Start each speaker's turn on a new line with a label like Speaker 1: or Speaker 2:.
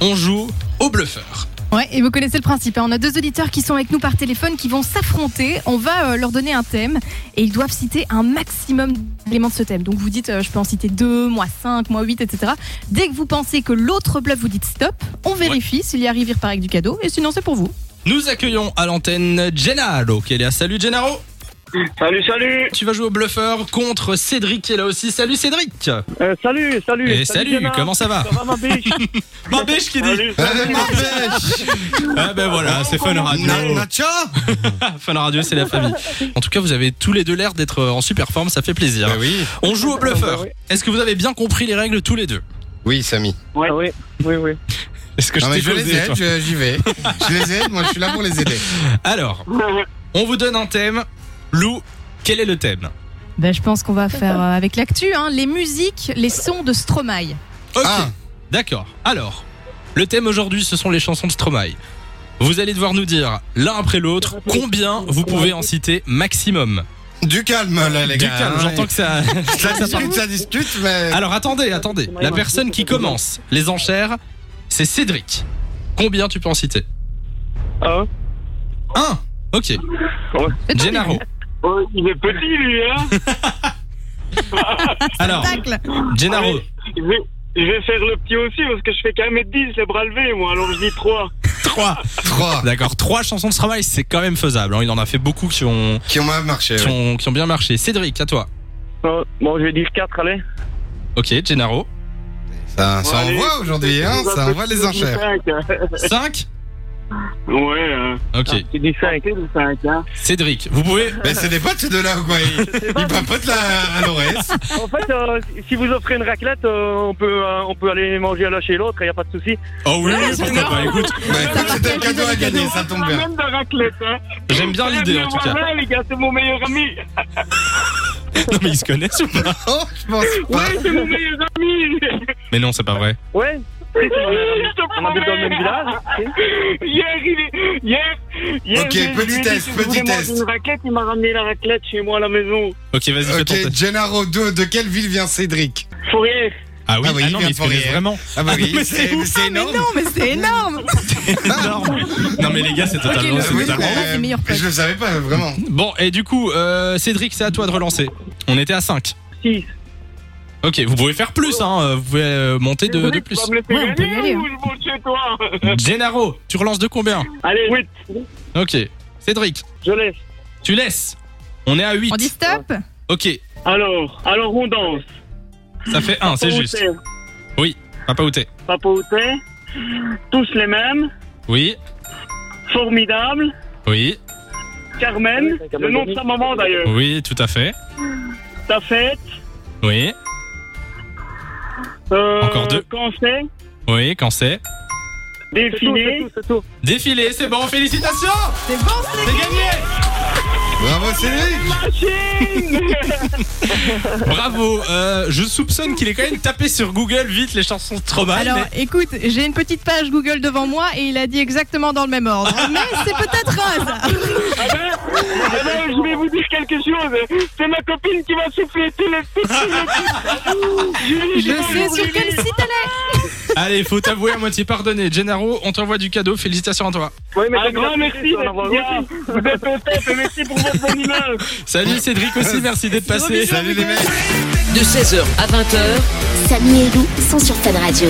Speaker 1: on joue au bluffeur.
Speaker 2: Ouais, et vous connaissez le principe. hein. On a deux auditeurs qui sont avec nous par téléphone qui vont s'affronter. On va euh, leur donner un thème et ils doivent citer un maximum d'éléments de ce thème. Donc vous dites, euh, je peux en citer deux, moi cinq, moi huit, etc. Dès que vous pensez que l'autre bluff, vous dites stop. On vérifie s'il y arrive, il repart avec du cadeau. Et sinon, c'est pour vous.
Speaker 1: Nous accueillons à l'antenne Gennaro qui est là. Salut Gennaro
Speaker 3: Salut, salut
Speaker 1: Tu vas jouer au bluffeur contre Cédric qui est là aussi. Salut Cédric
Speaker 3: Euh, Salut, salut
Speaker 1: Et Eh, salut,
Speaker 3: Jonas.
Speaker 1: comment ça va
Speaker 3: Ça va ma biche
Speaker 1: Bambèche qui dit
Speaker 3: Salut,
Speaker 4: Allez,
Speaker 3: salut.
Speaker 4: Norvège
Speaker 1: Ah ben voilà, c'est Fun Radio.
Speaker 4: Na- Nacho
Speaker 1: Fun Radio, c'est la famille. En tout cas, vous avez tous les deux l'air d'être en super forme, ça fait plaisir.
Speaker 4: Bah oui.
Speaker 1: On joue au bluffeur.
Speaker 3: oui.
Speaker 1: Est-ce que vous avez bien compris les règles tous les deux
Speaker 4: Oui, Samy.
Speaker 3: Ouais. Ah Oui, oui, oui.
Speaker 1: Est-ce que
Speaker 4: Non, mais
Speaker 1: t'ai
Speaker 4: je les
Speaker 1: causé,
Speaker 4: aide,
Speaker 1: toi
Speaker 4: je- j'y vais. Je les aide, moi je suis là pour les aider.
Speaker 1: Alors, on vous donne un thème. Lou, quel est le thème
Speaker 2: Ben, je pense qu'on va faire euh, avec l'actu, hein, les musiques, les sons de Stromae.
Speaker 1: Ok.
Speaker 4: Ah.
Speaker 1: D'accord. Alors, le thème aujourd'hui, ce sont les chansons de Stromae. Vous allez devoir nous dire, l'un après l'autre, combien vous pouvez en citer maximum.
Speaker 4: Du calme là, les
Speaker 1: Du
Speaker 4: gars.
Speaker 1: calme,
Speaker 4: hein.
Speaker 1: j'entends que ça.
Speaker 4: Ça discute, ça discute, mais.
Speaker 1: Alors attendez, attendez. La personne qui commence les enchères, c'est Cédric. Combien tu peux en citer
Speaker 3: Un.
Speaker 1: Un Ok.
Speaker 2: C'est tant
Speaker 1: Gennaro.
Speaker 3: Oh, il est petit, lui, hein
Speaker 1: Alors,
Speaker 2: Tacle.
Speaker 1: Gennaro,
Speaker 3: je, vais, je vais faire le petit aussi, parce que je fais quand même 10 les bras levés, moi, alors je dis 3.
Speaker 1: 3.
Speaker 4: 3
Speaker 1: D'accord, trois chansons de Stromae, c'est quand même faisable. hein. Il en a fait beaucoup qui ont,
Speaker 4: qui ont mal marché.
Speaker 1: qui
Speaker 4: ouais.
Speaker 1: ont, qui ont bien marché. Cédric, à toi.
Speaker 3: Ah, bon, je vais dire 4, allez.
Speaker 1: Ok, Gennaro.
Speaker 4: Ça, ça
Speaker 3: Bon,
Speaker 4: envoie
Speaker 3: allez.
Speaker 4: aujourd'hui, hein,
Speaker 3: On va
Speaker 4: ça envoie
Speaker 3: peut-être
Speaker 4: les enchères.
Speaker 3: dire cinq, hein.
Speaker 1: 5
Speaker 3: Ouais, hein.
Speaker 1: Ok.
Speaker 3: Tu dis 5. Tu 5, hein.
Speaker 1: Cédric, vous pouvez.
Speaker 4: Mais c'est des potes ces deux-là ou quoi Ils, ils papotent là à l'oreille.
Speaker 5: En fait, euh, si vous offrez une raclette, euh, on, peut, euh, on peut aller manger l'un chez l'autre, il n'y a pas de souci.
Speaker 1: Oh oui,
Speaker 2: Ouais,
Speaker 1: pourquoi
Speaker 2: j'adore.
Speaker 1: pas Écoute,
Speaker 4: Bah écoute, c'était un cadeau à gagner, ça tombe bien.
Speaker 3: Même de raclette, hein.
Speaker 1: j'aime bien l'idée en tout cas.
Speaker 3: Voilà, les gars, c'est mon meilleur ami.
Speaker 1: Non, mais ils se connaissent ou pas
Speaker 4: Oh, je pense pas.
Speaker 3: Ouais, c'est mon meilleur ami.
Speaker 1: Mais non, c'est pas vrai.
Speaker 5: Ouais,
Speaker 3: Oui, je te
Speaker 5: on habite dans le même
Speaker 3: promets.
Speaker 5: village.
Speaker 3: Hier, il est. Hier, hier
Speaker 4: Ok,
Speaker 3: j'ai-
Speaker 4: petit
Speaker 3: j'ai dit
Speaker 4: test,
Speaker 3: que je voulais
Speaker 4: petit
Speaker 3: manger
Speaker 4: test.
Speaker 3: une raclette, il m'a ramené la raclette chez moi à la maison.
Speaker 1: Ok, vas-y, fais ton
Speaker 4: Ok,
Speaker 1: test.
Speaker 4: Gennaro 2, de quelle ville vient Cédric
Speaker 3: Fourrière.
Speaker 1: Ah oui,
Speaker 4: Ah oui,
Speaker 1: ah
Speaker 4: il
Speaker 1: non,
Speaker 4: vient
Speaker 1: mais ils
Speaker 4: de
Speaker 1: se connaissent
Speaker 4: Fourrières.
Speaker 1: vraiment.
Speaker 4: Ah bah oui,
Speaker 1: mais c'est
Speaker 4: c'est c'est
Speaker 2: Ah, mais
Speaker 4: énorme.
Speaker 2: non, mais c'est énorme.
Speaker 1: Énorme. Non, mais les gars, c'est totalement.
Speaker 2: Ok,
Speaker 1: c'est
Speaker 4: Ah oui,
Speaker 1: totalement-
Speaker 2: vraiment
Speaker 4: mais
Speaker 2: les meilleurs potes.
Speaker 4: je le savais pas, vraiment.
Speaker 1: Bon, et du coup, euh, Cédric, c'est à toi de relancer. On était à 5.
Speaker 5: Six.
Speaker 1: Ok, vous pouvez faire plus, hein. euh, Vous pouvez euh, monter de, de plus.
Speaker 3: Tu vas me laisser
Speaker 2: Ouais, on peut y
Speaker 3: gagner
Speaker 1: hein.
Speaker 2: aller,
Speaker 3: ou je monte chez toi
Speaker 1: Gennaro, tu relances de combien
Speaker 3: Allez, oui,
Speaker 1: Ok. Cédric,
Speaker 3: je laisse.
Speaker 1: tu laisses. On est à
Speaker 2: On
Speaker 1: 8.
Speaker 2: dit stop.
Speaker 1: Ok,
Speaker 3: Alors, alors on danse.
Speaker 1: ça fait 1, c'est juste.
Speaker 3: Papauté,
Speaker 1: Papa outé.
Speaker 3: papauté, tous les mêmes,
Speaker 1: Oui,
Speaker 3: formidable,
Speaker 1: oui,
Speaker 3: Carmen, le nom de sa maman d'ailleurs,
Speaker 1: oui, tout à fait.
Speaker 3: ta fête,
Speaker 1: Oui.
Speaker 3: euh,
Speaker 1: Encore deux.
Speaker 3: cancer,
Speaker 1: Oui, quand c'est
Speaker 3: défilé,
Speaker 1: Défilé, c'est bon, félicitations
Speaker 2: C'est bon,
Speaker 1: C'est gagné
Speaker 4: Bravo Cédric
Speaker 3: Ah, machine
Speaker 1: Bravo euh, Je soupçonne qu'il est quand même tapé sur Google vite les chansons de Stromae,
Speaker 2: Alors,
Speaker 1: mais-
Speaker 2: écoute, j'ai une petite page Google devant moi et il a dit exactement dans le même ordre. Mais c'est peut-être un hasard.
Speaker 3: Ah ben, ah ben, je vais vous dire quelque chose. C'est ma copine qui m'a soufflé tous les petits.
Speaker 2: Je
Speaker 3: Julie,
Speaker 2: sais
Speaker 3: Julie,
Speaker 2: sur quel site elle
Speaker 1: Allez, faut t'avouer à moitié pardonné. Gennaro, on t'envoie du cadeau, félicitations à toi.
Speaker 5: Ouais, mais
Speaker 3: Un
Speaker 5: t'as
Speaker 3: Ah, grand
Speaker 5: bien
Speaker 3: merci,
Speaker 5: compris,
Speaker 3: les
Speaker 5: ça, on en voit
Speaker 3: gars.
Speaker 5: aussi.
Speaker 3: Vous êtes au top et merci pour votre bonne humeur.
Speaker 1: Salut Cédric aussi, merci d'être passé.
Speaker 4: Salut les mecs
Speaker 6: De 16h à 20h,
Speaker 7: Samy et Lou sont sur Fan Radio.